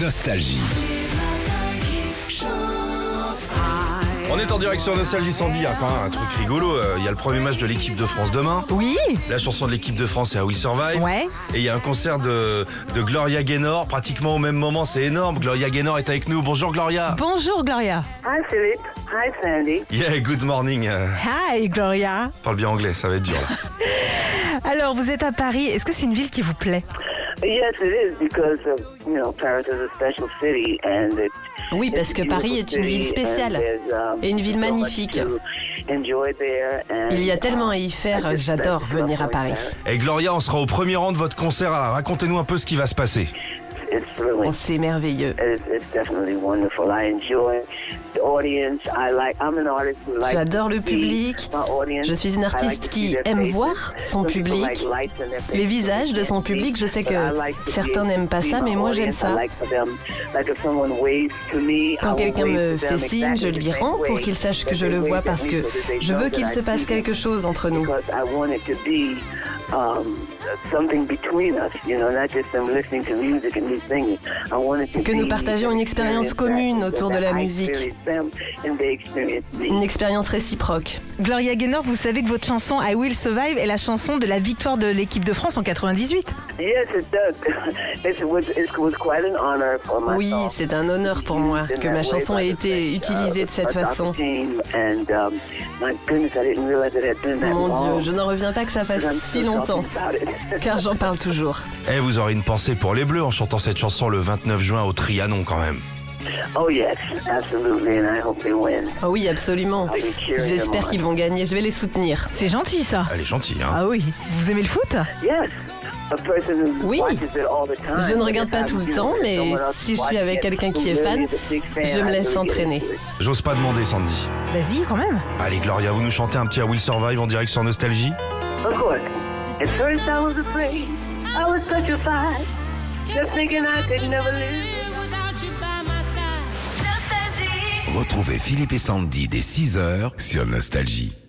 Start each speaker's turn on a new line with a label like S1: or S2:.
S1: Nostalgie.
S2: On est en direct sur Nostalgie Sandy, il y a quand même un truc rigolo. euh, Il y a le premier match de l'équipe de France demain.
S3: Oui,
S2: La chanson de l'équipe de France est How We Survive.
S3: Ouais.
S2: Et il y a un concert de, de Gloria Gaynor, pratiquement au même moment, c'est énorme. Gloria Gaynor est avec nous. Bonjour Gloria.
S3: bonjour Gloria.
S4: Hi, Philippe. Hi, Sandy.
S2: Yeah, good morning. Euh,
S3: Hi Gloria.
S2: parle bien anglais, ça va être dur. là.
S3: Alors vous êtes à Paris, est-ce que c'est une ville qui vous plaît
S4: Yes, it is because of, you know, Paris is a special city and it,
S5: Oui, parce
S4: it's a
S5: que Paris est
S4: beautiful
S5: une ville
S4: city and
S5: spéciale.
S4: there's, um,
S5: et une ville
S4: so much
S5: magnifique.
S4: to enjoy there and,
S5: Il y a tellement à
S4: um,
S5: y faire, j'adore venir à Paris.
S2: Et Gloria, on sera au premier rang de votre concert. Alors, Racontez-nous un peu ce qui va se passer.
S4: It's really,
S5: Oh, C'est merveilleux.
S4: it's, it's definitely wonderful. I enjoy the audience. I like, I'm an artist who likes
S5: J'adore
S4: to
S5: le
S4: see
S5: public.
S4: my audience.
S5: Je suis une
S4: I
S5: artiste
S4: like to
S5: qui
S4: see their
S5: aime
S4: faces.
S5: voir son
S4: Some people
S5: public.
S4: like lights in their faces
S5: Les visages
S4: that
S5: de
S4: they
S5: son
S4: can't
S5: public,
S4: see,
S5: je sais
S4: but
S5: que
S4: I like to be
S5: certains
S4: able to
S5: n'aiment pas
S4: see
S5: ça,
S4: my
S5: mais moi, j'aime
S4: audience.
S5: ça.
S4: I like for them, like if someone waves to me, I
S5: Quand
S4: will
S5: quelqu'un
S4: wave
S5: me
S4: to them
S5: fait signe, je
S4: exactly
S5: lui
S4: the same
S5: rends pour
S4: way
S5: qu'il sache que
S4: that
S5: je
S4: they
S5: le
S4: wave
S5: vois
S4: at
S5: parce
S4: me
S5: que
S4: so that they
S5: je
S4: know
S5: veux
S4: that
S5: qu'il
S4: I
S5: se passe
S4: see
S5: quelque
S4: them.
S5: chose entre nous.
S4: Because I want it to be, um, something between us, you know, not just them listening to music and me singing. I want it to
S5: Que nous
S4: be
S5: partagions
S4: an
S5: une expérience
S4: experience
S5: commune
S4: that-
S5: autour de
S4: that
S5: la
S4: I
S5: musique.
S4: experience them and they experience me.
S5: Une expérience réciproque.
S3: Gloria Gaynor, vous savez que votre chanson I Will Survive est la chanson de la victoire de l'équipe de France en 98.
S4: Yes, it does. It was, it was quite an honor for
S5: Oui,
S4: myself.
S5: c'est un honneur pour moi que ma chanson ait
S4: uh,
S5: été utilisée de cette façon.
S4: um,
S5: Mon Dieu, je n'en reviens pas que ça fasse si longtemps, car j'en parle toujours.
S2: Eh, vous aurez une pensée pour les Bleus en chantant cette chanson le 29 juin au Trianon quand même.
S4: Oh yes, absolutely, and I hope they win.
S5: Oh oui, absolument. J'espère qu'ils vont gagner, je vais les soutenir.
S3: C'est gentil ça.
S2: Elle est gentille, hein.
S3: Ah oui, vous aimez le foot
S4: Yes. A person who
S5: Oui.
S4: watches it all the time.
S5: Je ne regarde pas tout le temps, mais si je suis avec quelqu'un qui est fan, je me laisse entraîner.
S2: J'ose pas demander, Sandy.
S3: Vas-y quand même.
S2: Allez, Gloria, vous nous chantez un petit I Will Survive en direct sur Nostalgie
S4: Of course. At first I was afraid, I was petrified, just thinking I could never live.
S1: Retrouvez Philippe et Sandy dès 6h sur Nostalgie.